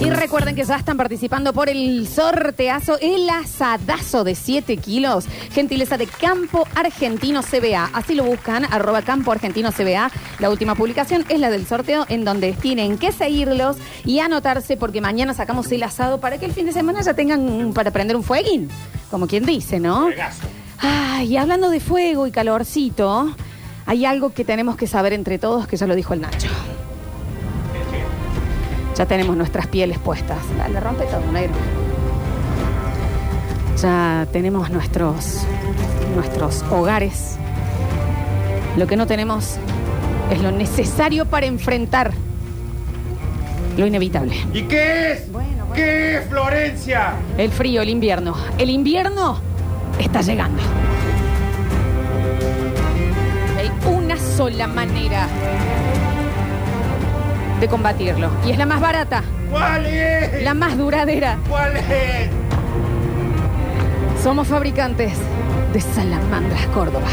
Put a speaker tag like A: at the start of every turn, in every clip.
A: Y recuerden que ya están participando por el sorteazo, el asadazo de 7 kilos, gentileza de Campo Argentino CBA. Así lo buscan, arroba Campo Argentino CBA. La última publicación es la del sorteo, en donde tienen que seguirlos y anotarse, porque mañana sacamos el asado para que el fin de semana ya tengan para prender un fueguín, como quien dice, ¿no?
B: Pegaso.
A: Ay, y hablando de fuego y calorcito, hay algo que tenemos que saber entre todos, que ya lo dijo el Nacho. Ya tenemos nuestras pieles puestas. Dale, rompe todo, negro. Ya tenemos nuestros, nuestros hogares. Lo que no tenemos es lo necesario para enfrentar lo inevitable.
B: ¿Y qué es?
A: Bueno, bueno.
B: ¿Qué es Florencia?
A: El frío, el invierno. El invierno está llegando. Hay una sola manera de combatirlo. Y es la más barata,
B: ¿Cuál es?
A: la más duradera.
B: ¿Cuál es?
A: Somos fabricantes de salamandras Córdoba.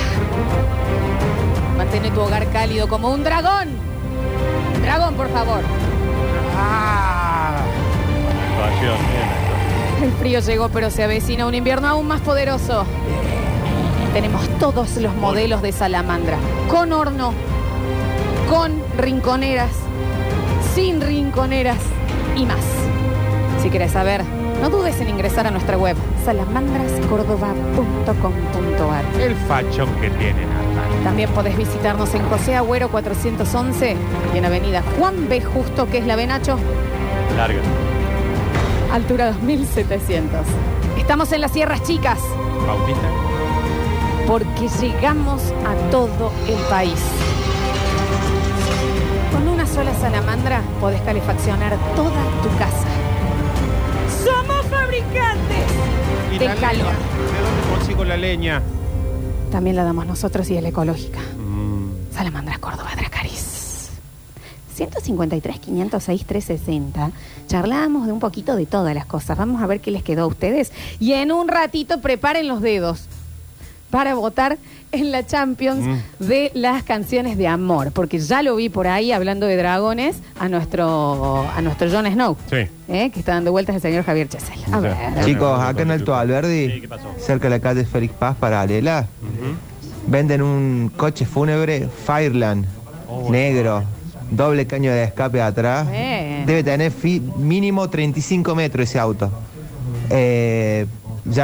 A: Mantén tu hogar cálido como un dragón. Dragón, por favor.
B: Ah, eh.
A: El frío llegó, pero se avecina un invierno aún más poderoso. Tenemos todos los modelos de salamandra. Con horno, con rinconeras, sin rinconeras y más. Si quieres saber, no dudes en ingresar a nuestra web salamandrascordoba.com.ar.
B: el fachón que tiene Natalia.
A: También podés visitarnos en José Agüero 411 y en Avenida Juan B. Justo, que es la Benacho,
C: Larga.
A: altura 2700. Estamos en las Sierras Chicas
B: Bautista.
A: porque llegamos a todo el país. Con una sola salamandra podés calefaccionar toda tu casa. ¡Somos fabricantes!
B: ¿Y
A: de
B: la
A: calor.
B: leña? ¿De dónde consigo la leña?
A: También la damos nosotros y es la ecológica.
B: Mm,
A: Salamandras Córdoba Dracaris. 153, 506, 360. Charlábamos de un poquito de todas las cosas. Vamos a ver qué les quedó a ustedes. Y en un ratito preparen los dedos para votar en la Champions
B: Mm.
A: de las canciones de amor. Porque ya lo vi por ahí hablando de dragones a nuestro, a nuestro Jon Snow.
B: Sí.
A: ¿eh? Que está dando vueltas el señor Javier Chesel. A
B: Ya.
A: ver.
D: Chicos, acá en Alto Alberdi,
C: Sí, ¿qué pasó?
D: cerca de la calle Félix Paz paralela, venden un coche fúnebre Fireland,
C: Oh,
D: negro, doble caño de escape atrás.
A: Eh.
D: Debe tener fi- mínimo 35 metros ese auto. Eh,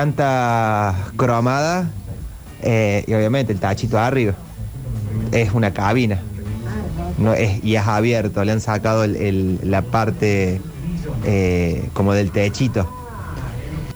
D: llantas cromadas eh, y obviamente el tachito arriba. Es una cabina. No, es, y es abierto, le han sacado el- el- la parte eh, como del techito.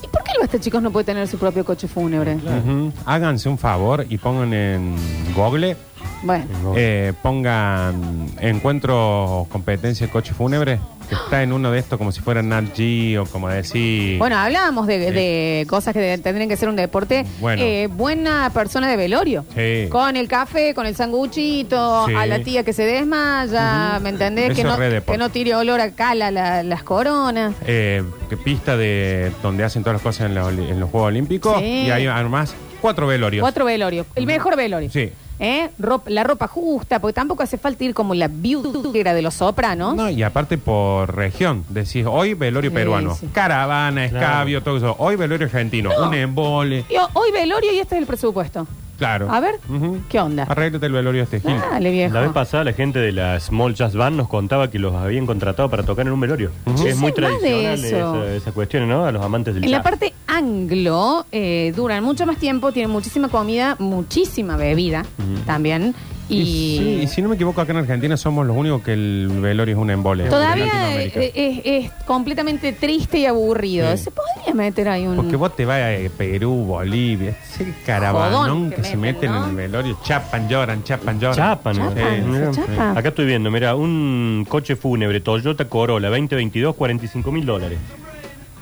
A: ¿Y por qué el Basta Chicos no puede tener su propio coche fúnebre?
B: Ujú. Háganse un favor y pongan en Google,
A: Bueno.
B: eh, pongan encuentro competencia de coche fúnebre, que está en uno de estos como si fuera Nat G o como decir...
A: Bueno, hablábamos de,
B: Sí.
A: de cosas que de- tendrían que ser un deporte.
B: Bueno.
A: Eh, buena persona de velorio.
B: Sí.
A: Con el café, con el sanguchito,
B: Sí.
A: a la tía que se desmaya, ¿me entendés?
B: Eso
A: Que no,
B: es re deporte.
A: que no tire olor a cala la- las coronas.
B: eh, que pista de donde hacen todas las cosas en, la oli- en los Juegos Olímpicos
A: Sí.
B: y hay además cuatro velorios.
A: Cuatro velorios. El mejor velorio.
B: Sí.
A: ¿Eh? Rop- la ropa justa, porque tampoco hace falta ir como la viuda de los sopranos.
B: No, y aparte por región, decís hoy velorio
A: Sí,
B: peruano,
A: sí.
B: caravana, escabio, todo eso. Hoy velorio argentino, un embole.
A: Y ho- hoy velorio y este es el presupuesto.
B: Claro.
A: A ver,
B: Ujú.
A: ¿qué onda?
B: Arréglate el velorio este Gil.
A: Dale, viejo.
C: La vez pasada la gente de la Small Jazz Band nos contaba que los habían contratado para tocar en un velorio.
A: Yo
C: Es muy
A: sé más de
C: tradicional
A: eso.
C: esa, esa cuestión, ¿no? A los amantes del
A: En la
C: jazz.
A: parte anglo eh, duran mucho más tiempo, tienen muchísima comida, muchísima bebida también.
B: Y,
A: Y,
B: sí, y si no me equivoco, acá en Argentina somos los únicos que el velorio es un embole. en
A: todavía eh,
B: Latinoamérica.
A: eh, es, es completamente triste y aburrido.
B: Sí.
A: Se podría meter ahí un...
B: Porque vos te vas a eh, Perú, Bolivia, ese caravanón
A: que
B: que, se
A: meten,
B: meten
A: ¿no?
B: en el velorio, chapan, lloran, chapan, lloran.
C: Chapan,
A: Chapan,
C: eh.
A: se
C: Eh,
A: chapa.
C: Acá estoy viendo, mira, un coche fúnebre Toyota Corolla 2022, 45 mil dólares.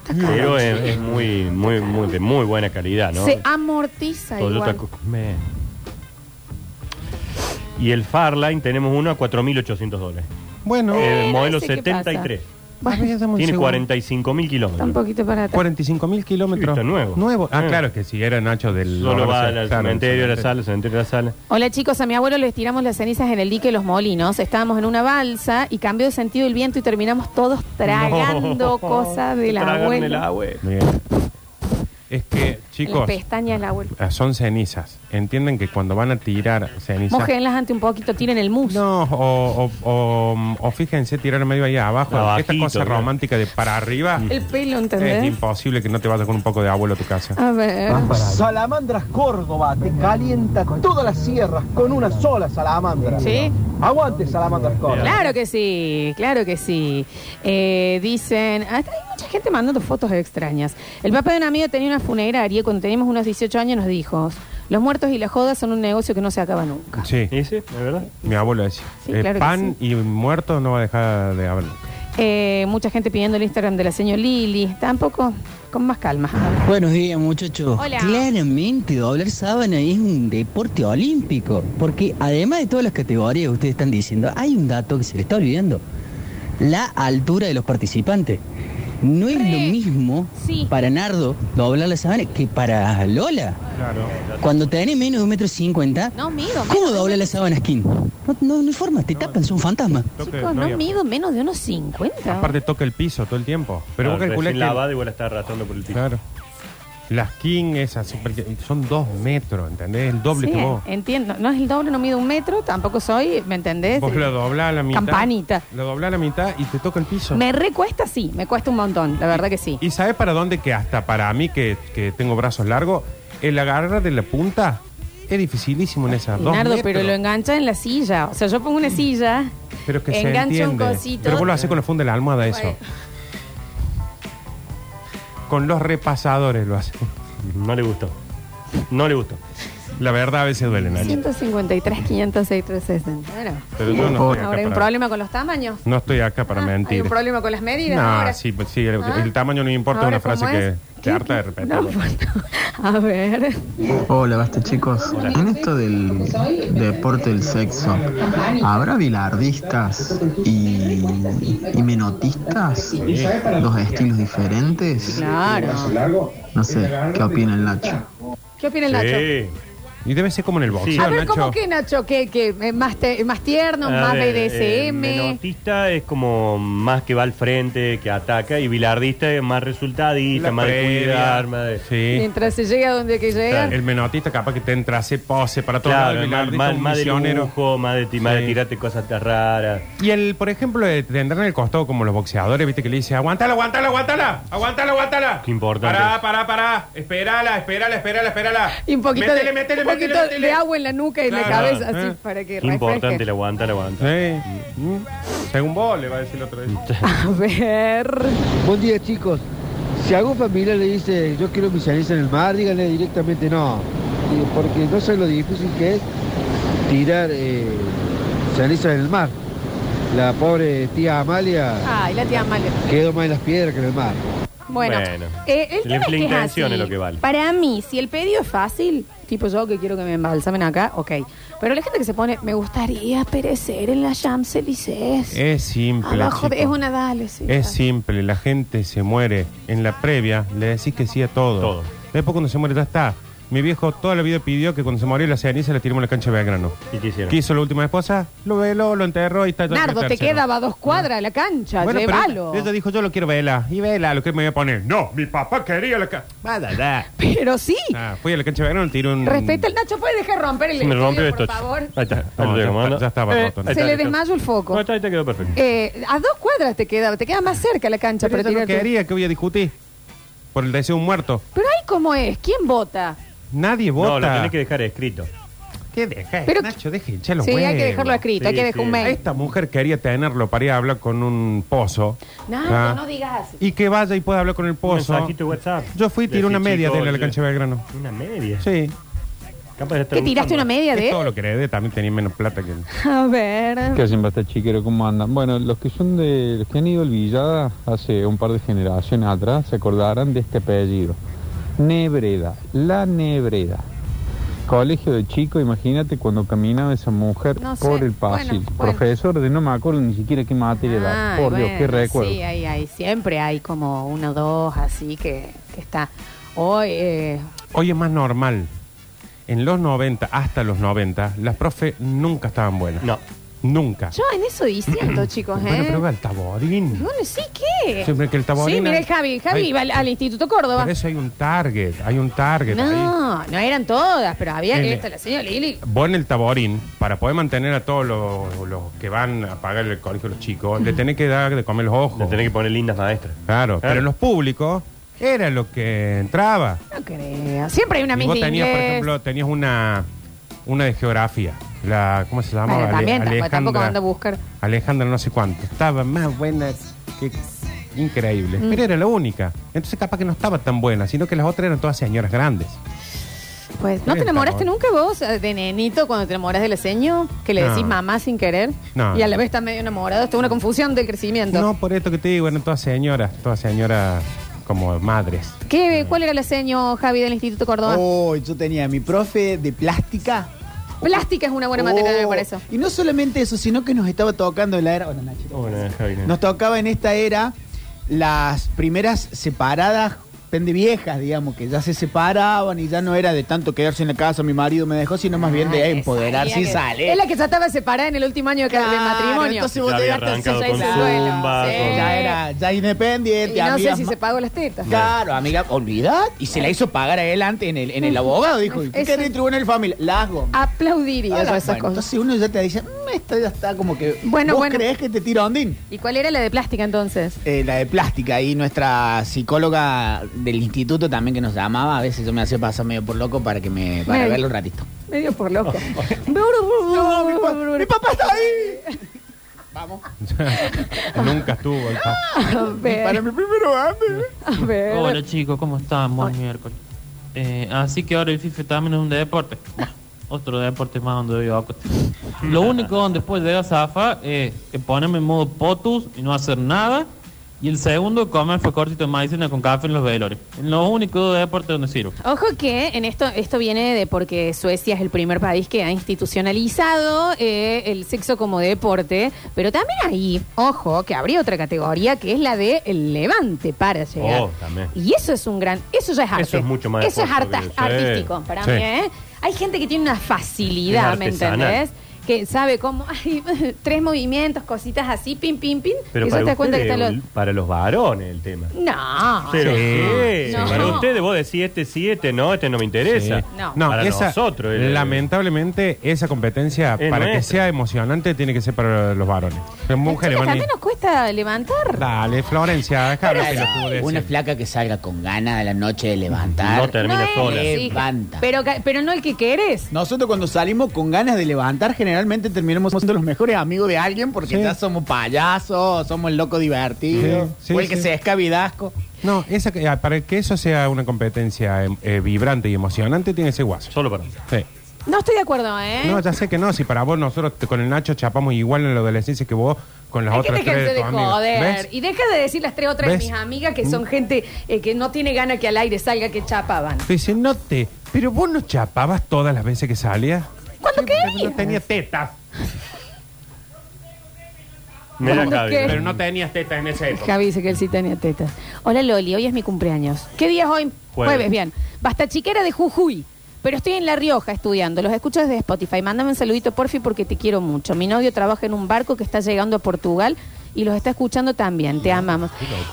C: Pero es, es muy, muy, muy, de muy buena calidad, ¿no?
A: Se amortiza
C: Toyota
A: ah, igual.
C: Co- Me- Y el Farline tenemos uno a 4.800 dólares.
B: Bueno,
C: Eh,
A: Bueno,
C: modelo
A: ese, ¿qué
C: 73.
A: pasa?
C: Tiene 45 mil
A: Un
C: kilómetros.
A: poquito para atrás.
B: 45 mil kilómetros.
C: Sí, está nuevo.
B: Ah,
C: Eh.
B: claro, que si era Nacho del...
C: Solo va
B: Claro,
C: al cementerio, a la sala, al cementerio, a la sala.
A: Hola chicos, a mi abuelo le tiramos las cenizas en el dique de los molinos. Estábamos en una balsa y cambió de sentido el viento y terminamos todos tragando
C: No.
A: cosas del
C: Tragan
A: abuelo.
C: el abuelo.
B: Bien. Es que,
A: La
B: chicos,
A: pestaña del abuelo.
B: ah, son cenizas. Entienden que cuando van a tirar cenizas...
A: Mojenlas ante un poquito, tiren el mus.
B: No, o, o- o- o fíjense tirar medio ahí abajo.
C: Abajito,
B: Esta cosa
C: claro.
B: romántica de para arriba
A: El pelo,
B: es
A: ¿entendés?
B: imposible que no te vayas con un poco de abuelo a tu casa.
A: A ver.
E: Salamandras Córdoba te calienta todas las sierras con una sola salamandra.
A: ¿Sí?
E: Aguante Salamandras Córdoba.
A: Claro que sí, claro que sí. Eh, dicen, ah, está- hay mucha gente mandando fotos extrañas. El papá de un amigo tenía una funeraria y cuando teníamos unos 18 años nos dijo, los muertos y las jodas son un negocio que no se acaba nunca.
B: Sí,
C: ¿Ese? ¿Es verdad?
B: mi abuelo decía.
A: Ah. Sí,
B: eh,
A: claro que
B: pan y muerto no va a dejar de hablar.
A: Eh, mucha gente pidiendo el Instagram de la señora Lili, tampoco con más calma.
F: Buenos días, muchachos.
A: Hola.
F: Claramente, doblar sábana es un deporte olímpico, porque además de todas las categorías que ustedes están diciendo, hay un dato que se le está olvidando. La altura de los participantes. No es
A: Re.
F: lo mismo
A: Sí.
F: para Nardo doblar la sábana que para Lola.
B: Claro.
F: Cuando tenés menos de un metro cincuenta,
A: No mido.
F: ¿cómo
A: menos de-
F: dobla la sábana skin? No, no, no hay forma, te tapan, son fantasmas.
A: Chicos, no mido menos de unos 50.
B: Aparte toca el piso todo el tiempo. Pero vos
C: Claro,
B: calculás
C: recién
B: que...
C: lavado igual está arrastrando por el piso.
B: Claro. Las King esas super- son dos metros, ¿entendés? El doble
A: Sí,
B: que vos.
A: Entiendo, no es el doble, no mido un metro, tampoco soy, ¿me entendés?
B: Vos lo doblás a la mitad.
A: Campanita.
B: Lo doblás a la mitad y te toca el piso.
A: Me recuesta, sí, me cuesta un montón, la verdad que sí.
B: ¿Y sabes para dónde que hasta para mí que, que tengo brazos largos, el agarrar de la punta es dificilísimo en esas dos
A: Leonardo,
B: metros.
A: pero lo engancha en la silla. O sea, yo pongo una silla,
B: Pero que se
A: engancho un
B: entiende.
A: cosito.
B: Pero vos lo haces con la funda de la almohada eso.
A: Bueno.
B: Con los repasadores lo haces.
C: No le gustó. No le gustó.
B: La verdad a veces duele, Nacho.
A: 153, 506, 360. Bueno,
B: Pero yo no estoy acá
A: ahora hay un
B: para-
A: problema con los tamaños.
B: No estoy acá para
A: Ah, Hay
B: mentir.
A: un problema con las medidas.
B: No,
A: ahora.
B: sí, pues sí, el,
A: Ah.
B: el tamaño no importa,
A: Ahora,
B: una frase
A: ¿cómo
B: que
A: es?
B: te
A: ¿Qué-
B: harta de
A: qué-
B: repetir.
A: no, pues. bueno, a ver.
G: Hola, basta chicos. En esto del deporte del sexo, ¿habrá bilardistas y, y menotistas? ¿Dos estilos diferentes?
A: Claro.
G: No sé, ¿qué opina el Nacho?
A: ¿Qué opina el Nacho?
C: Sí.
B: Y debe ser como en el boxeo,
C: Sí.
A: A ver,
B: Nacho.
A: ¿cómo que Nacho? ¿Qué, qué? Eh, Más, te- más tierno,
C: A
A: más
C: ver, eh,
A: BDSM.
C: menotista es como más que va al frente, que ataca, y bilardista es más resultadista,
B: La
C: más de
B: previa.
C: cuidar, más de...
B: Sí.
A: Mientras se llega donde hay que llegar.
B: El menotista capaz que te entra, hace pose para todo lado,
C: Claro,
B: el
C: más,
B: bilardista,
C: más-
B: un
C: más de
B: misionero.
C: lujo, más de, ti- más de
B: Sí.
C: tirarte cosas tan raras.
B: Y el, por ejemplo, de tendrán el costado como los boxeadores, viste que le dice, aguántala, aguántala, aguántala, aguántala, aguántala.
C: Qué importante
B: Pará,
C: es.
B: pará, pará. Espérala, espérala, espérala, espérala.
A: Y un poquito, de,
B: Métele, métele,
A: un
B: métele,
A: poquito
B: métele.
A: de agua en la nuca y en la
B: Claro.
A: cabeza, así
B: Eh.
A: para que refresque.
C: Importante, la aguanta, la aguanta.
B: Sí. Mm. Según vos, le va a decir el otro día.
A: A ver.
H: Buen día chicos. Si a algún familiar le dice yo quiero mi ceniza en el mar, díganle directamente no. Y- Porque no sé lo difícil que es tirar eh, ceniza en el mar. La pobre tía Amalia
A: Ay, la tía Amalia.
H: quedó más en las piedras que en el mar.
A: Bueno,
C: Bueno.
A: eh, el
C: La-
A: tema es
C: la
A: que es
C: intención
A: así.
C: es lo que vale.
A: Para mí, si el pedido es fácil, tipo yo que quiero que me embalsamen acá, ok. Pero la gente que se pone, me gustaría perecer en la Champs-Élysées.
B: Es simple.
A: Abajo, de-
B: chicos.
A: es una dale, sí.
B: Es simple, la gente se muere. En la previa le decís que sí a todo.
C: Todo.
B: Después cuando se muere ya está. Mi viejo toda la vida pidió que cuando se murió la ceniza la tiremos a la cancha de Belgrano.
C: ¿Y qué hicieron?
B: ¿Qué hizo la última esposa? Lo veló, lo enterró y está...
A: Nardo, te
B: tercero.
A: quedaba a dos cuadras de la cancha,
B: Bueno, pero
A: llévalo.
B: ella dijo, yo lo quiero vela. Y vela, lo que me voy a poner. No, mi papá quería la cancha.
A: Pero sí,
B: fui a la cancha de Belgrano, tiré un...
A: respeta el Nacho, puede dejar romper el
C: Se me rompió
A: estudio,
C: esto.
A: por favor.
C: Ahí está.
B: No,
C: Ahí lo
B: ya
C: tengo,
B: está-
C: ¿no?
B: ya estaba
C: Eh,
B: roto, ¿no?
C: ahí
A: Se
C: está,
A: le
C: listo.
A: desmayó el
C: No,
A: foco.
C: está, ahí te quedó perfecto.
A: Eh, a dos cuadras te queda, te queda más cerca la cancha
B: Pero
A: para
B: ella no
A: tirarte.
B: quería que voy a discutir. Por el deseo de un muerto.
A: Pero ahí cómo es, ¿quién vota?
B: Nadie vota.
C: No, lo tenés que dejar escrito.
B: ¿Qué deja?
A: Pero-
B: Nacho, deja hinchar los
A: sí, hay que
B: huevos.
A: dejarlo escrito, hay
C: Sí,
A: que dejar
C: sí.
A: un mail.
B: Esta mujer quería tenerlo para ir a hablar con un pozo.
A: No,
B: Ah.
A: no digas así.
B: Y que vaya y pueda hablar con el
C: Un
B: pozo.
C: mensajito de WhatsApp.
B: Yo fui y tiré
C: Decir,
B: una media
C: chicos,
B: de él a la
C: eh,
B: cancha de Belgrano.
C: ¿Una media?
B: Sí.
C: Capaz de estar
A: ¿Qué tiraste una
C: buscando.
A: media de
B: Es todo
A: él?
B: lo que heredé, también tenía menos plata que él.
A: A ver.
I: ¿Qué hacen, Basta Chiquero? ¿Cómo andan? Bueno, los que son de. los que han ido al Villada hace un par de generaciones atrás se acordarán de este apellido. Nebreda, la Nebreda. Colegio de chico, imagínate cuando caminaba esa mujer
A: No sé,
I: por el
A: bueno,
I: pasillo.
A: bueno.
I: Profesor de no me acuerdo ni siquiera qué materia era.
A: Ah,
I: Por Dios,
A: bueno,
I: qué recuerdo.
A: Sí, hay, hay, siempre hay como uno o dos así que, que está. Hoy, eh,
B: Hoy es más normal. En los 90, hasta los 90, las profe nunca estaban buenas.
C: No.
B: Nunca.
A: yo ¿eh? en eso diciendo, chicos,
B: Bueno,
A: ¿eh?
B: pero el taborín.
A: Bueno, sí, ¿qué?
B: Siempre que el taborín-
A: Sí, mira el Javi. Javi
B: Ay.
A: iba al, al Instituto Córdoba.
B: Por eso hay un target, hay un target ahí.
A: No, no eran todas, pero había
B: En-
A: esta, la señora Lili.
B: Vos en el taborín, para poder mantener a todos los, los que van a pagar el colegio a los chicos, le tenés que dar de comer los ojos.
C: Le tenés que poner lindas maestras.
B: Claro, pero en los públicos era lo que entraba.
A: No creo. Siempre hay una
B: Y
A: misma
B: vos
A: inglés.
B: tenías, por ejemplo, tenías una, una de geografía. La, ¿Cómo se llama?
A: Bueno, también, tampoco- tampoco ando a buscar.
B: Alejandra no sé cuánto. Estaba más buena que... Increíble.
A: Mm.
B: Pero era la única. Entonces capaz que no estaba tan buena, sino que las otras eran todas señoras grandes.
A: pues, ¿no te
B: Está
A: enamoraste
B: bueno.
A: nunca vos eh, de nenito cuando te enamoras del señor? Que le
B: No.
A: decís mamá sin querer.
B: No.
A: Y a la vez estás medio enamorado. Esto es una confusión del crecimiento.
B: No, por esto que te digo, eran todas señoras, todas señoras como madres.
A: ¿Qué, ¿Cuál era el señor, Javi, del Instituto Córdoba?
J: Oh, yo tenía a mi profe de plástica.
A: Plástica es una buena materia, me
J: Oh,
A: parece.
J: Y no solamente eso, sino que nos estaba tocando en la era. Hola, Nachito.
C: Hola, Javi.
J: Nos tocaba en esta era las primeras separadas pendeviejas, digamos, que ya se separaban y ya no era de tanto quedarse en la casa, mi marido me dejó, sino más bien de
A: Ah,
J: empoderarse
A: sabía
J: y
A: que-
J: sale.
A: Es la que ya estaba separada en el último año de cada- de
J: Claro,
A: matrimonio.
J: Entonces
C: Ya
J: vos
C: había
J: llegaste al
C: arrancado con
J: 16 años.
C: zumba,
A: Sí.
C: con-
J: Ya era, ya independiente,
A: Y no sé
J: amigas
A: si
J: ma-
A: se pagó las tetas.
J: Claro, amiga, olvidad. Y se la hizo pagar a él antes en el, en el abogado, dijo. ¿y ¿Qué
A: Eso.
J: querés el tribunal de familia? Las gomas.
A: Aplaudiría yo esas
J: Bueno,
A: cosas.
J: entonces uno ya te dice, mmm, esto ya está como que.
A: Bueno,
J: ¿Vos
A: bueno.
J: crees que te tira ondín?
A: ¿Y cuál era la de plástica entonces?
J: Eh, la de plástica y nuestra psicóloga del instituto también que nos llamaba. A veces yo me hacía pasar medio por loco para que me para
A: Medio.
J: verlo un ratito.
A: Medio por loco.
J: No, mi, pa- mi papá está
A: Eh.
J: ahí. Vamos.
B: Nunca estuvo. el pa-
A: A
J: Para
A: ver,
J: mi primero año.
A: a ver.
K: Hola chicos, ¿cómo están? Buen miércoles. Eh, así que ahora el FIFA también es un deporte. Bah, Otro deporte más donde yo Lo único donde después de zafa es que ponerme en modo potus y no hacer nada. Y el segundo, comer fue cortito de maicena con café en los velores. Lo único deporte donde sirvo.
A: Ojo que en esto esto viene de porque Suecia es el primer país que ha institucionalizado eh, el sexo como deporte, pero también ahí, ojo, que habría otra categoría que es la de el levante para llegar.
C: Oh, también.
A: Y eso es un gran, eso ya es arte.
C: Eso es mucho más
A: Eso es
C: deporte,
A: arta-
C: sí.
A: artístico para
B: Sí.
A: mí, ¿eh? Hay gente que tiene una facilidad,
C: Es
A: ¿me
C: artesanal.
A: entendés? Que sabe cómo hay tres movimientos, cositas así, pim, pim, pim.
C: Pero
A: y ya
C: para,
A: te das cuenta que
C: ustedes,
A: está lo...
C: para los varones el tema.
A: No.
C: Pero ¿qué?
A: No.
C: Para ustedes vos decís este sí, este no, este no me interesa.
B: Sí.
A: No.
B: No,
C: Para
B: esa-
C: nosotros, eh.
B: lamentablemente, esa competencia,
C: Es
B: para que
C: nuestra.
B: sea emocionante, tiene que ser para los varones. Las mujeres
A: Chicas,
B: van a ir-
A: también nos cuesta levantar.
B: Dale, Florencia, deja hablar pelotudeces.
J: Una flaca que salga con ganas de la noche de levantar.
C: No termina
A: es
C: sola.
A: que sí.
J: Levanta.
A: Pero, ca- pero no el que querés.
J: Nosotros cuando salimos con ganas de levantar, generalmente terminamos siendo los mejores amigos de alguien porque
B: Sí.
J: ya somos payasos, somos el loco divertido,
B: Sí, sí,
J: o el que
B: sí.
J: se escabidasco.
B: No, esa, que- ah, para que eso sea una competencia em- eh, vibrante y emocionante, tiene que ser guaso.
C: Solo para
A: ¿Eh?
B: Sí.
A: No estoy de acuerdo, ¿eh?
B: No, ya sé que no, si para vos nosotros te- con el Nacho chapamos igual en la adolescencia que vos con las
A: Hay que
B: otras tres
A: dejarse
B: de
A: de
B: tus amigas.
A: joder.
B: ¿Ves?
A: Y deja de decir las tres otras de
B: ¿Ves?
A: mis amigas que son gente eh, que no tiene gana que al aire salga que chapaban.
B: Te dice, no te... Pero vos no chapabas todas las veces que salías.
A: ¿Cuándo
B: No
A: querías?
B: tenías tetas.
C: Me da
A: ¿Cuándo
C: Javi.
A: qué?
B: Pero no tenías tetas en esa época.
A: Javi dice que él sí tenía tetas. Hola Loli, hoy es mi cumpleaños. ¿Qué día es hoy? Jueves, bien. Basta chiquera de Jujuy. Pero estoy en La Rioja estudiando. Los escucho desde Spotify. Mándame un saludito, porfi, porque te quiero mucho. Mi novio trabaja en un barco que está llegando a Portugal y los está escuchando también. Te amamos.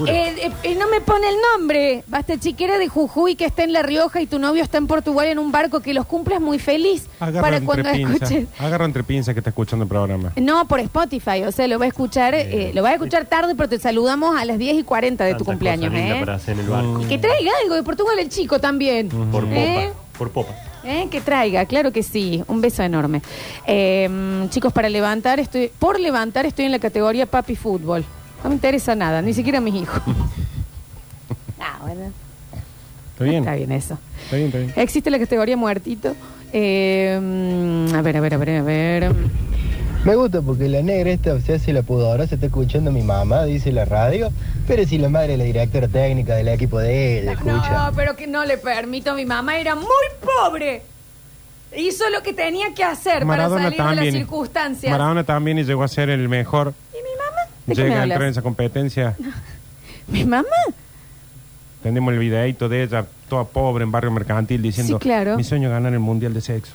A: Eh, eh, eh, no me pone el nombre. Basta chiquera de Jujuy que está en La Rioja y tu novio está en Portugal en un barco. Que los cumplas muy feliz
B: Agarra
A: para
B: entre
A: cuando
B: pinzas.
A: escuches.
B: Agarra entre pinzas que está escuchando el programa.
A: No, por Spotify, o sea, lo va a escuchar, eh, lo va a escuchar tarde, pero te saludamos a las 10 y 40 de tu
C: Tanta
A: cumpleaños,
C: cosa linda
A: ¿eh?
C: para hacer en el barco.
A: Que traiga algo de Portugal el chico también.
C: Por
A: ¿Eh?
C: popa. Por popa.
A: ¿Eh? Que traiga, claro que sí. Un beso enorme. Eh, chicos, para levantar, estoy, por levantar estoy en la categoría papi fútbol. No me interesa nada, ni siquiera a mis hijos. ah, bueno.
B: ¿Está bien?
A: Está bien eso.
B: Está bien, está bien.
A: Existe la categoría muertito. Eh, mm, a ver, a ver, a ver, a ver.
E: Me gusta porque la negra esta se hace la pudora, se está escuchando mi mamá, dice la radio, pero si la madre es la directora técnica del equipo de ella,
A: No,
E: escucha.
A: pero que no le permito. Mi mamá era muy pobre. Hizo lo que tenía que hacer para
B: Maradona
A: salir de las
B: también.
A: circunstancias.
B: Maradona también y llegó a ser el mejor.
A: ¿De qué me
B: Llega a
A: hablas?
B: entrar en esa competencia.
A: ¿Mi mamá?
B: Tenemos el videíto de ella, toda pobre en barrio mercantil, diciendo:
A: Sí, claro.
B: Mi sueño es ganar el mundial de sexo.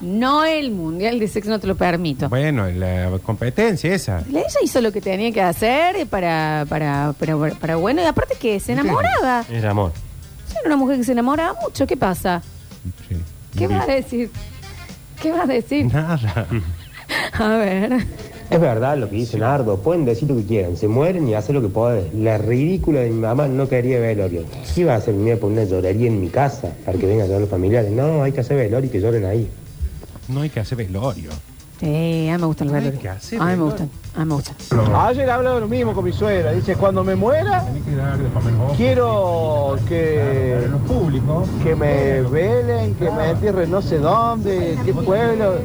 A: No el mundial de sexo, no te lo permito.
B: Bueno, la competencia esa.
A: Ella hizo lo que tenía que hacer para, para, para, para bueno, y aparte que se enamoraba.
C: Es amor.
A: Yo era una mujer que se enamoraba mucho, ¿qué pasa? ¿Qué
C: Sí.
A: vas a decir? ¿Qué vas a decir?
B: Nada.
A: A ver.
L: Es verdad lo que dice Nardo, pueden decir lo que quieran, se mueren y hacen lo que pueden. La ridícula de mi mamá no quería velorio. ¿Qué iba a hacer mi por una llorería en mi casa para que vengan todos los familiares? No, hay que hacer velorio y que lloren ahí.
B: No hay que hacer velorio.
A: Sí, a mí me gustan los verdes. A mí me gustan, a mí me gustan.
H: Ayer hablaba lo mismo con mi suegra. Dice, cuando me muera, quiero que, que me velen, que me entierren no sé dónde, qué pueblo.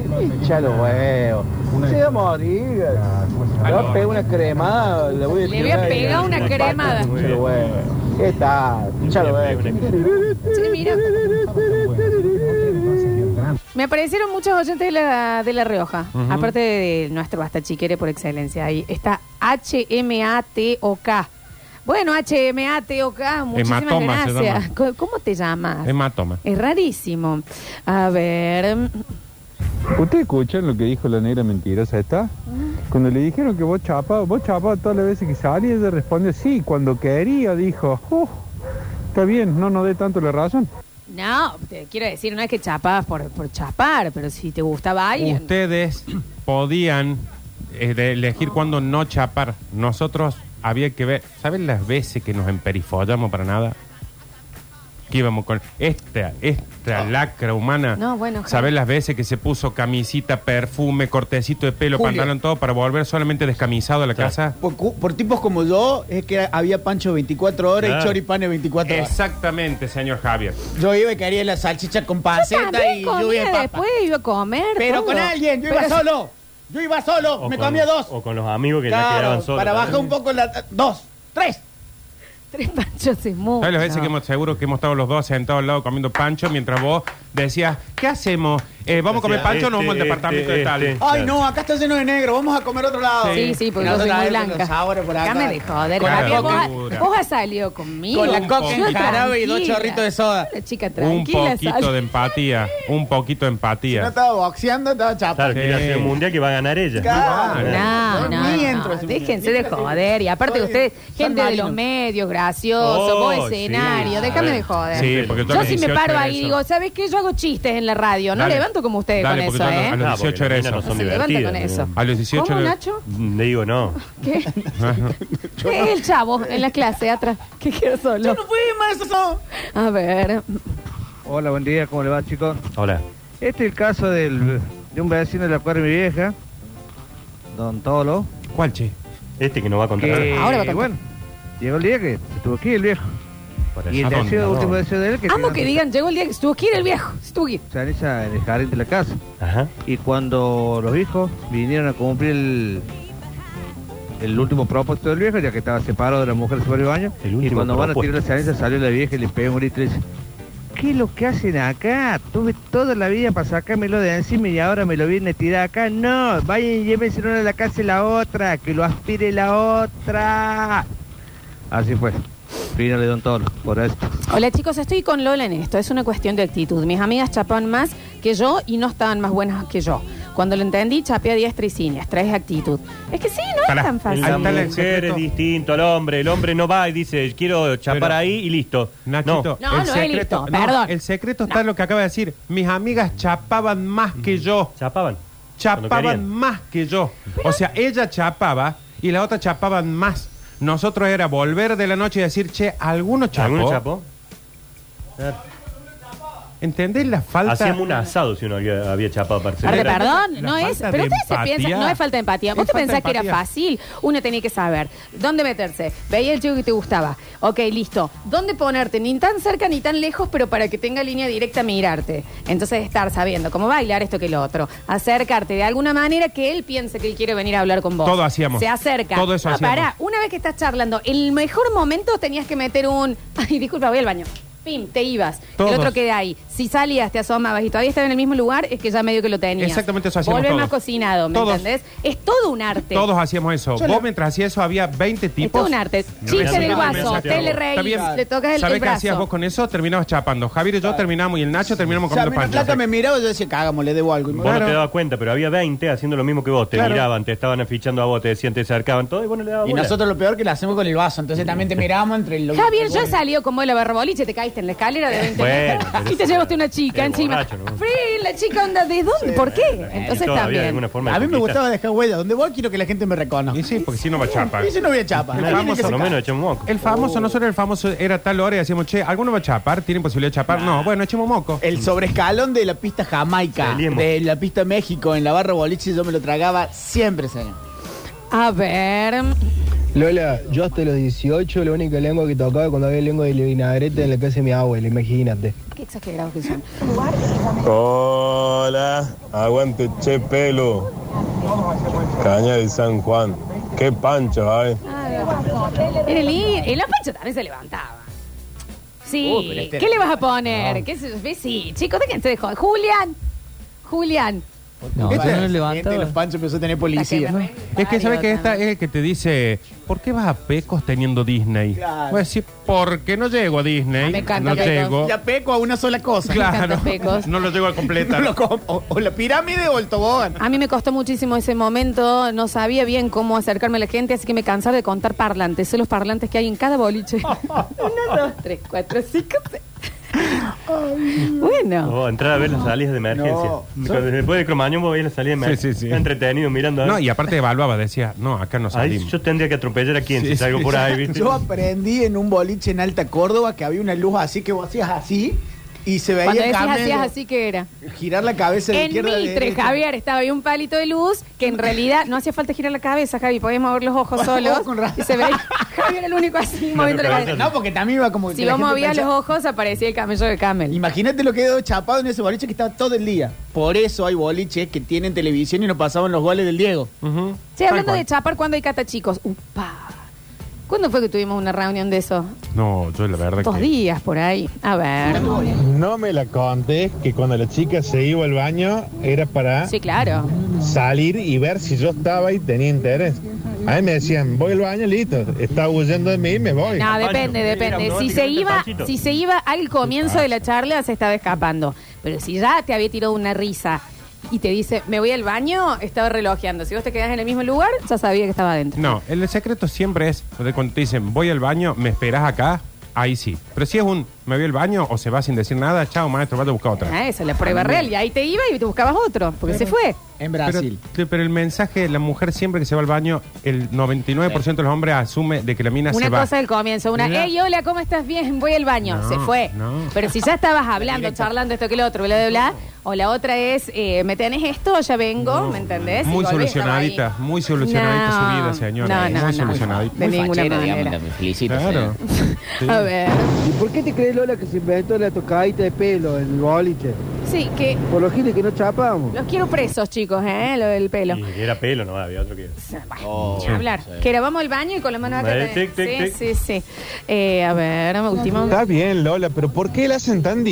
H: Ya lo veo. Se va a morir. Le voy a pegar una cremada. Le voy a,
A: Le voy a pegar una cremada.
H: Ya lo veo. ¿Qué tal? Ya lo veo.
A: Sí, mira. Me aparecieron muchos oyentes de la, de la Rioja,
M: Ujú.
A: aparte de nuestro Basta Chiquere por excelencia. Ahí está H-M-A-T-O-K. Bueno, H-M-A-T-O-K, muchísimas
B: Hematoma se
A: gracias.
B: llama.
A: Co- ¿Cómo te llamas?
B: Hematoma.
A: Es rarísimo. A ver.
I: ¿Ustedes escuchan lo que dijo la negra mentirosa esta? Cuando le dijeron que vos chapabas, vos chapabas todas las veces que salía, ella respondió sí, cuando quería, dijo. "Uf, está bien, no nos dé tanto la razón.
A: No, te quiero decir, no es que chapabas por, por chapar, pero si te gustaba alguien.
B: Ustedes podían eh, de- elegir cuándo no chapar. Nosotros había que ver. ¿Saben las veces que nos emperifollamos para nada? Que íbamos con esta, esta lacra humana.
A: Ah. No, bueno, ojalá.
B: ¿Sabes las veces que se puso camisita, perfume, cortecito de pelo,
J: Julio.
B: pantalón, todo para volver solamente descamisado a la casa?
J: Por, cu- por tipos como yo, es que había pancho 24 horas
B: Claro.
J: y choripanes 24 horas.
B: Exactamente, señor Javier.
J: Yo iba y quería la salchicha con panceta
A: También
J: y
A: comía
J: lluvia de papa.
A: después, iba a comer.
J: Pero
A: todo.
J: con alguien, yo iba
A: Pero-
J: solo. Yo iba solo,
C: O
J: Oh, me
C: con-
J: comía dos.
C: O con los amigos que ya
J: Claro,
C: quedaban solos.
J: para bajar
C: también.
J: un poco la... Dos, tres.
A: Tres panchos es mucho.
B: ¿Sabes las veces que hemos seguro que hemos estado los dos sentados al lado comiendo pancho mientras vos decías, ¿qué hacemos? Eh, ¿Vamos a comer
C: Decía,
B: pancho o nos vamos al
C: este,
B: departamento de
C: este,
B: tal?
C: este.
J: Ay, no, acá está lleno de negro, vamos a comer otro lado.
A: Sí, sí, porque yo soy muy blanca. Acá me dejó. joder.
J: Con
A: Javier,
J: la
A: vos,
J: coca.
A: vos has salido conmigo.
J: Con la
A: Un
J: coca en
A: poquito.
J: jarabe y dos
A: Tranquila.
J: chorritos de soda.
A: La chica
B: Un
A: tranquila.
B: poquito
A: sal-
B: de empatía, un poquito de
J: No
B: empatía.
J: estaba boxeando, estaba chapa.
C: Claro, que hacer el mundial que va a ganar ella.
A: No, no,
J: Ni
A: no,
J: entro ese
A: déjense de joder. Y aparte de ustedes, gente de los medios, gracioso,
B: Oh,
A: vos escenario,
B: sí.
A: déjame
B: A
A: de
B: ver.
A: joder.
B: Sí, porque tú a
A: yo
B: los
A: si me
B: 18
A: paro
B: era
A: ahí y
B: eso.
A: digo, ¿sabes qué? Yo hago chistes en la radio, no
B: Dale.
A: levanto como ustedes
B: Dale,
A: con
B: porque
A: eso,
B: yo a los-
A: ¿eh?
B: a los 18 era eso.
C: No son
A: Se levanta
C: divertidas.
A: con eso.
B: A los 18
A: ¿Cómo,
B: le-
A: Nacho?
C: Le digo, no.
A: ¿Qué? ¿Qué es el chavo en la clase atrás? ¿Qué quiero solo?
J: Yo no fui, maestro.
A: A ver.
N: Hola, buen día, ¿cómo le va, chicos?
C: Hola.
N: Este es el caso del, de un vecino de la cuadra de mi vieja, Don Tolo.
B: ¿Cuál, che?
C: Este que nos va a contar.
N: Que,
C: Ahora va a contar.
N: bueno, llegó el día que estuvo aquí el viejo.
C: Por
N: Y el
C: allá. ¿A
N: deseo,
C: dónde?
N: último deseo de él que
A: Amo
N: tenga-
A: que digan, llegó el día que estuvo aquí el viejo. Estuvo aquí.
N: Saniza en el jardín de la casa.
C: Ajá.
N: Y cuando los hijos vinieron a cumplir el, el último propósito del viejo, ya que estaba separado de la mujer hace varios años, y cuando van a tirar la saniza salió la vieja y le pegó un grito y le dice, ¿qué es lo que hacen acá? Tuve toda la vida para sacármelo de encima y ahora me lo vienen a tirar acá. No, vayan y llévense una de la casa y la otra, que lo aspire la otra. Así fue. Vino le don Toro por esto.
A: Hola chicos, estoy con Lola en esto. Es una cuestión de actitud. Mis amigas chapaban más que yo y no estaban más buenas que yo. Cuando lo entendí, chapé a diestra y siniestra. Es actitud. Es que sí, no es tan fácil.
C: La mujer es distinto al hombre. El hombre no va y dice, quiero chapar ahí y listo.
B: Nachito,
A: No, no es listo,
B: no,
A: perdón.
B: el secreto está en lo que acaba de decir. Mis amigas chapaban más que yo.
C: Chapaban.
B: Chapaban
C: querían.
B: más que yo. O sea, ella chapaba y la otra chapaban más. Nosotros era volver de la noche y decir, che, ¿alguno chapó?
C: ¿Alguno chapó?
B: ¿Entendés la falta?
C: Hacíamos un asado si uno había, había chapado para
A: Parte,
C: celebrar.
A: perdón, no
B: falta
A: es.
B: de
A: Pero ustedes se
B: empatía.
A: piensan, no es falta de empatía. Vos
B: Es
A: te
B: falta de
A: pensás que era
B: empatía.
A: fácil. Uno tenía que saber dónde meterse. Veía el chico que te gustaba. Ok, listo. ¿Dónde ponerte? Ni tan cerca ni tan lejos, pero para que tenga línea directa a mirarte. Entonces, estar sabiendo cómo bailar esto que lo otro. Acercarte de alguna manera que él piense que él quiere venir a hablar con vos.
B: Todo hacíamos.
A: Se acerca.
B: Todo eso
A: Ah,
B: hacíamos.
A: Pará, una vez que estás charlando, el mejor momento tenías que meter un. Ay, disculpa, voy al baño. Pim, te ibas.
B: Todos.
A: El otro queda ahí. Si salías, te asomabas y todavía estaba en el mismo lugar, es que ya medio que lo tenías.
B: Exactamente eso hacíamos
A: Volver más
B: todos.
A: cocinado, ¿me
B: Todos.
A: entendés? Es todo un arte.
B: Todos hacíamos eso.
A: Yo
B: Vos
A: lo-
B: mientras hacías eso había 20 tipos.
A: todo un arte. Chiste del guaso, te le reís, le tocas el-
B: ¿Sabés
A: el
B: qué hacías
A: brazo.
B: vos con eso? Terminabas chapando. Javier y yo terminamos y el Nacho terminamos
J: O sea, a
B: comiendo
J: mí la
B: pancha.
J: plata me miraba y yo decía, cagamos, le debo algo. Y me-
C: Vos
J: Claro.
C: no te dabas cuenta, pero había 20 haciendo lo mismo que vos. Te
J: Claro.
C: miraban, te estaban afichando a vos, te decían, te acercaban todo y vos no le dabas
J: Y
C: bola.
J: nosotros lo peor que lo hacemos con el vaso, entonces también te miramos entre los...
A: Javier, yo he salido como el barboliche, te caíste en la escalera de 20
J: Bueno,
A: metros
J: pero
A: y te llevaste una chica
J: eh,
A: encima.
J: borracho, ¿no?
A: Fri, la chica onda, ¿de dónde? ¿Por qué? Entonces
J: Todavía de
A: también.
J: alguna forma de A mí me conquistar. gustaba dejar huella. Donde voy quiero que la gente me reconozca.
B: Y sí, porque si no va chapa.
J: Y si no voy a chapa.
B: El
J: Tiene que
B: famoso,
J: ser
B: no menos,
C: echemos moco.
B: El famoso, nosotros el famoso era tal hora y decíamos, che, ¿alguno va a chapar? ¿Tienen posibilidad de chapar? No, bueno, echemos moco.
J: El sobrescalón de la pista Jamaica, de la pista México, en la barra boliche, yo me lo tragaba siempre, señor.
A: A ver.
E: Lola, yo hasta los 18 la única lengua que tocaba cuando había lengua de vinagrete en la casa de mi abuela, imagínate.
A: Qué exagerados que son.
M: Hola, aguante che pelo. Caña de San Juan. Qué pancho, ay.
A: Era lindo. Ah, El apancho también se levantaba. Sí.
M: Uh, pero este-
A: ¿Qué le vas a poner?
F: No.
A: ¿Qué se- ve? Sí, chicos, déjense de joder. Julián. Julián.
F: No,
J: Este-
F: yo no
J: gente de los panchos empezó a tener
A: La
J: policía.
A: que me-
B: Es que sabes que esta es el que te dice, ¿por qué vas a Pecos teniendo Disney?
J: Claro. Ah,
B: Voy a decir, porque no llego a Disney.
J: Me encanta
B: no
J: Pecos.
B: llego.
J: Ya peco a una sola cosa.
B: Claro, no lo llego a completar.
J: o, o la pirámide o el tobogán.
A: A mí me costó muchísimo ese momento, no sabía bien cómo acercarme a la gente, así que me cansaba de contar parlantes. Sé los parlantes que hay en cada boliche. Uno, dos, tres, cuatro, cinco, seis. Bueno.
C: Oh, entrar a ver las salidas de emergencia.
A: No.
C: Cuando- después de Cromañón vos veías las salidas de emergencia.
B: Sí, sí, sí.
C: Entretenido mirando. ¿eh?
B: No, y aparte evaluaba, decía, no, acá no
C: Ahí
B: salimos.
C: yo tendría que atropellar a quien si salgo por ahí, ¿viste?
J: Yo aprendí en un boliche en Alta Córdoba que había una luz así que vos hacías así y se
A: Cuando
J: veía
A: decías
J: Carmen
A: hacías así que era.
J: girar la cabeza de
A: En
J: izquierda a
A: Mitre,
J: derecha.
A: Javier, estaba ahí un palito de luz que en realidad no hacía falta girar la cabeza, Javi, podías mover los ojos solos. y se veía Javier el único así moviendo la cabeza.
J: No, porque también iba como.
A: Si vos movías los ojos, aparecía el camello de Camel.
J: Imagínate lo que quedó chapado en ese boliche que estaba todo el día. Por eso hay boliches que tienen televisión y no pasaban los goles del Diego.
A: Sí, hablando de chapar, ¿cuándo hay cata, chicos? Upa. ¿Cuándo fue que tuvimos una reunión de eso?
B: No, yo la verdad
A: Dos
B: que...
A: días por ahí. A ver.
O: No me la contes que cuando la chica se iba al baño era para
A: Sí, claro.
O: salir y ver si yo estaba y tenía interés. A mí me decían, voy al baño, listo, está huyendo de mí y me voy.
A: No, depende, depende. Si se iba, si se iba al comienzo de la charla, se estaba escapando. Pero si ya te había tirado una risa y te dice, me voy al baño, estaba relojeando. Si vos te quedás en el mismo lugar, ya sabía que estaba adentro.
B: No, el secreto siempre es, de cuando te dicen, voy al baño, me esperás acá, ahí sí. Pero si es un, me voy al baño o se va sin decir nada, chao, maestro, vaya a buscar otra.
A: Ah, esa es la prueba real. Y ahí te iba y te buscabas otro, porque se fue.
J: En
B: Pero, te- pero el mensaje, la mujer siempre que se va al baño, el 99% de los hombres asume de que la mina
A: Una
B: se va.
A: cosa del comienzo, una,
B: La-
A: hey, hola, ¿cómo estás? Bien, voy al baño.
B: No,
A: se fue.
B: no.
A: Pero si ya estabas hablando, charlando esto que lo otro, bla, bla, bla. O la otra es, eh, ¿me tenés esto? Ya vengo, ¿me entendés?
B: Muy
A: Y volvés, estaba ahí.
B: solucionadita, muy solucionadita
A: No,
B: su vida, señora. eh,
A: no, no,
B: muy
A: no.
B: solucionadita.
A: De ninguna manera.
B: Claro. Sí.
A: A ver.
E: ¿Y por qué te crees, Lola, que se inventó la tocadita de pelo en el boliche?
A: Sí, que
E: Por los giles que no chapamos.
A: los quiero presos, chicos, ¿eh? Lo del pelo.
C: Y Era pelo, no, había otro que.
A: Ni hablar. Que era, vamos al baño y con las manos acá.
O: Vale,
A: también.
O: tic, tic,
A: sí, sí, sí. Eh, a ver, último.
O: Está bien, Lola, pero ¿por qué la hacen tan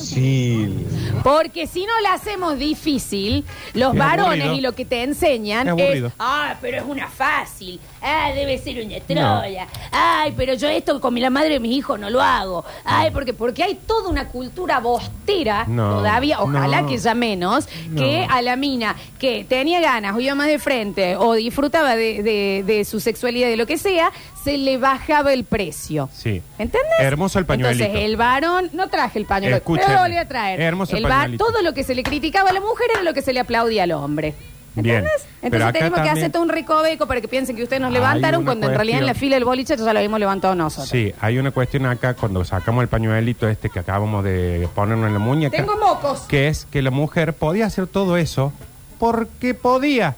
O: difícil?
A: Porque si no la hacemos difícil, los
O: Es
A: varones
O: aburrido.
A: y lo que te enseñan
O: Es
A: es,
O: aburrido.
A: ah, pero es una fácil, ah, debe ser una troya, ay, pero yo esto con la madre de mis hijos no lo hago, ay, porque porque hay toda una cultura bostera
P: No,
A: todavía, ojalá
P: no.
A: que ya menos,
P: No.
A: que a la mina que tenía ganas o iba más de frente o disfrutaba de, de- de su sexualidad, de lo que sea, se le bajaba el precio.
B: Sí.
A: ¿Entendés?
B: Hermoso el pañuelito.
A: Entonces el varón, no traje el pañuelo,
B: Escuchen,
A: pero lo volví a traer.
B: hermoso
A: el
B: el
A: va-
B: pañuelito.
A: todo lo que se le criticaba a la mujer era lo que se le aplaudía al hombre.
B: Bien. Pero
A: Entonces
B: acá
A: tenemos que
B: también-
A: hacer todo un recoveco para que piensen que ustedes nos
B: Hay
A: levantaron
B: una
A: cuando en realidad en la
B: cuestión.
A: fila del boliche ya lo habíamos levantado nosotros.
B: Sí, hay una cuestión acá cuando sacamos el pañuelito este que acabamos de ponernos en la muñeca.
A: Tengo mocos.
B: que es que la mujer podía hacer todo eso porque podía.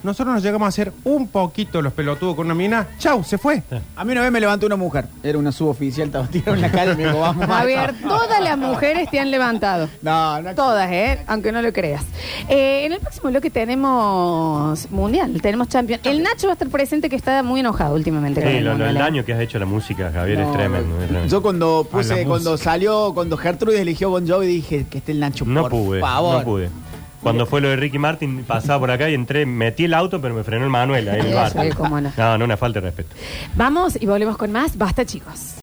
B: Nosotros nos llegamos a hacer un poquito los pelotudos con una mina. Chau, se fue.
J: A mí una vez me levantó una mujer. Era una suboficial, estaba tirada en la calle y me dijo, vamos.
A: Javier,
J: macho.
A: todas las mujeres te han levantado.
J: No, no.
A: Todas, ¿eh? Aunque no lo creas. Eh, en el próximo bloque tenemos Mundial, tenemos Champions. El Nacho va a estar presente que está muy enojado últimamente. con
C: Sí,
A: el
C: lo- lo-
A: Mundial,
C: el
A: ¿eh?
C: daño que has hecho a la música, Javier,
J: No,
C: es tremendo. es tremendo.
J: Yo cuando
C: A
J: puse,
C: la
J: cuando salió, cuando Gertrude eligió Bon Jovi, dije que esté el Nacho,
C: No
J: por
C: pude,
J: favor.
C: no pude. Cuando fue lo de Ricky Martin, pasaba por acá y entré, metí el auto, pero me frenó el Manuel ahí en el
A: Sí,
C: bar.
A: cómo no.
C: No, no, una falta de respeto.
A: Vamos y volvemos con más. Basta, chicos.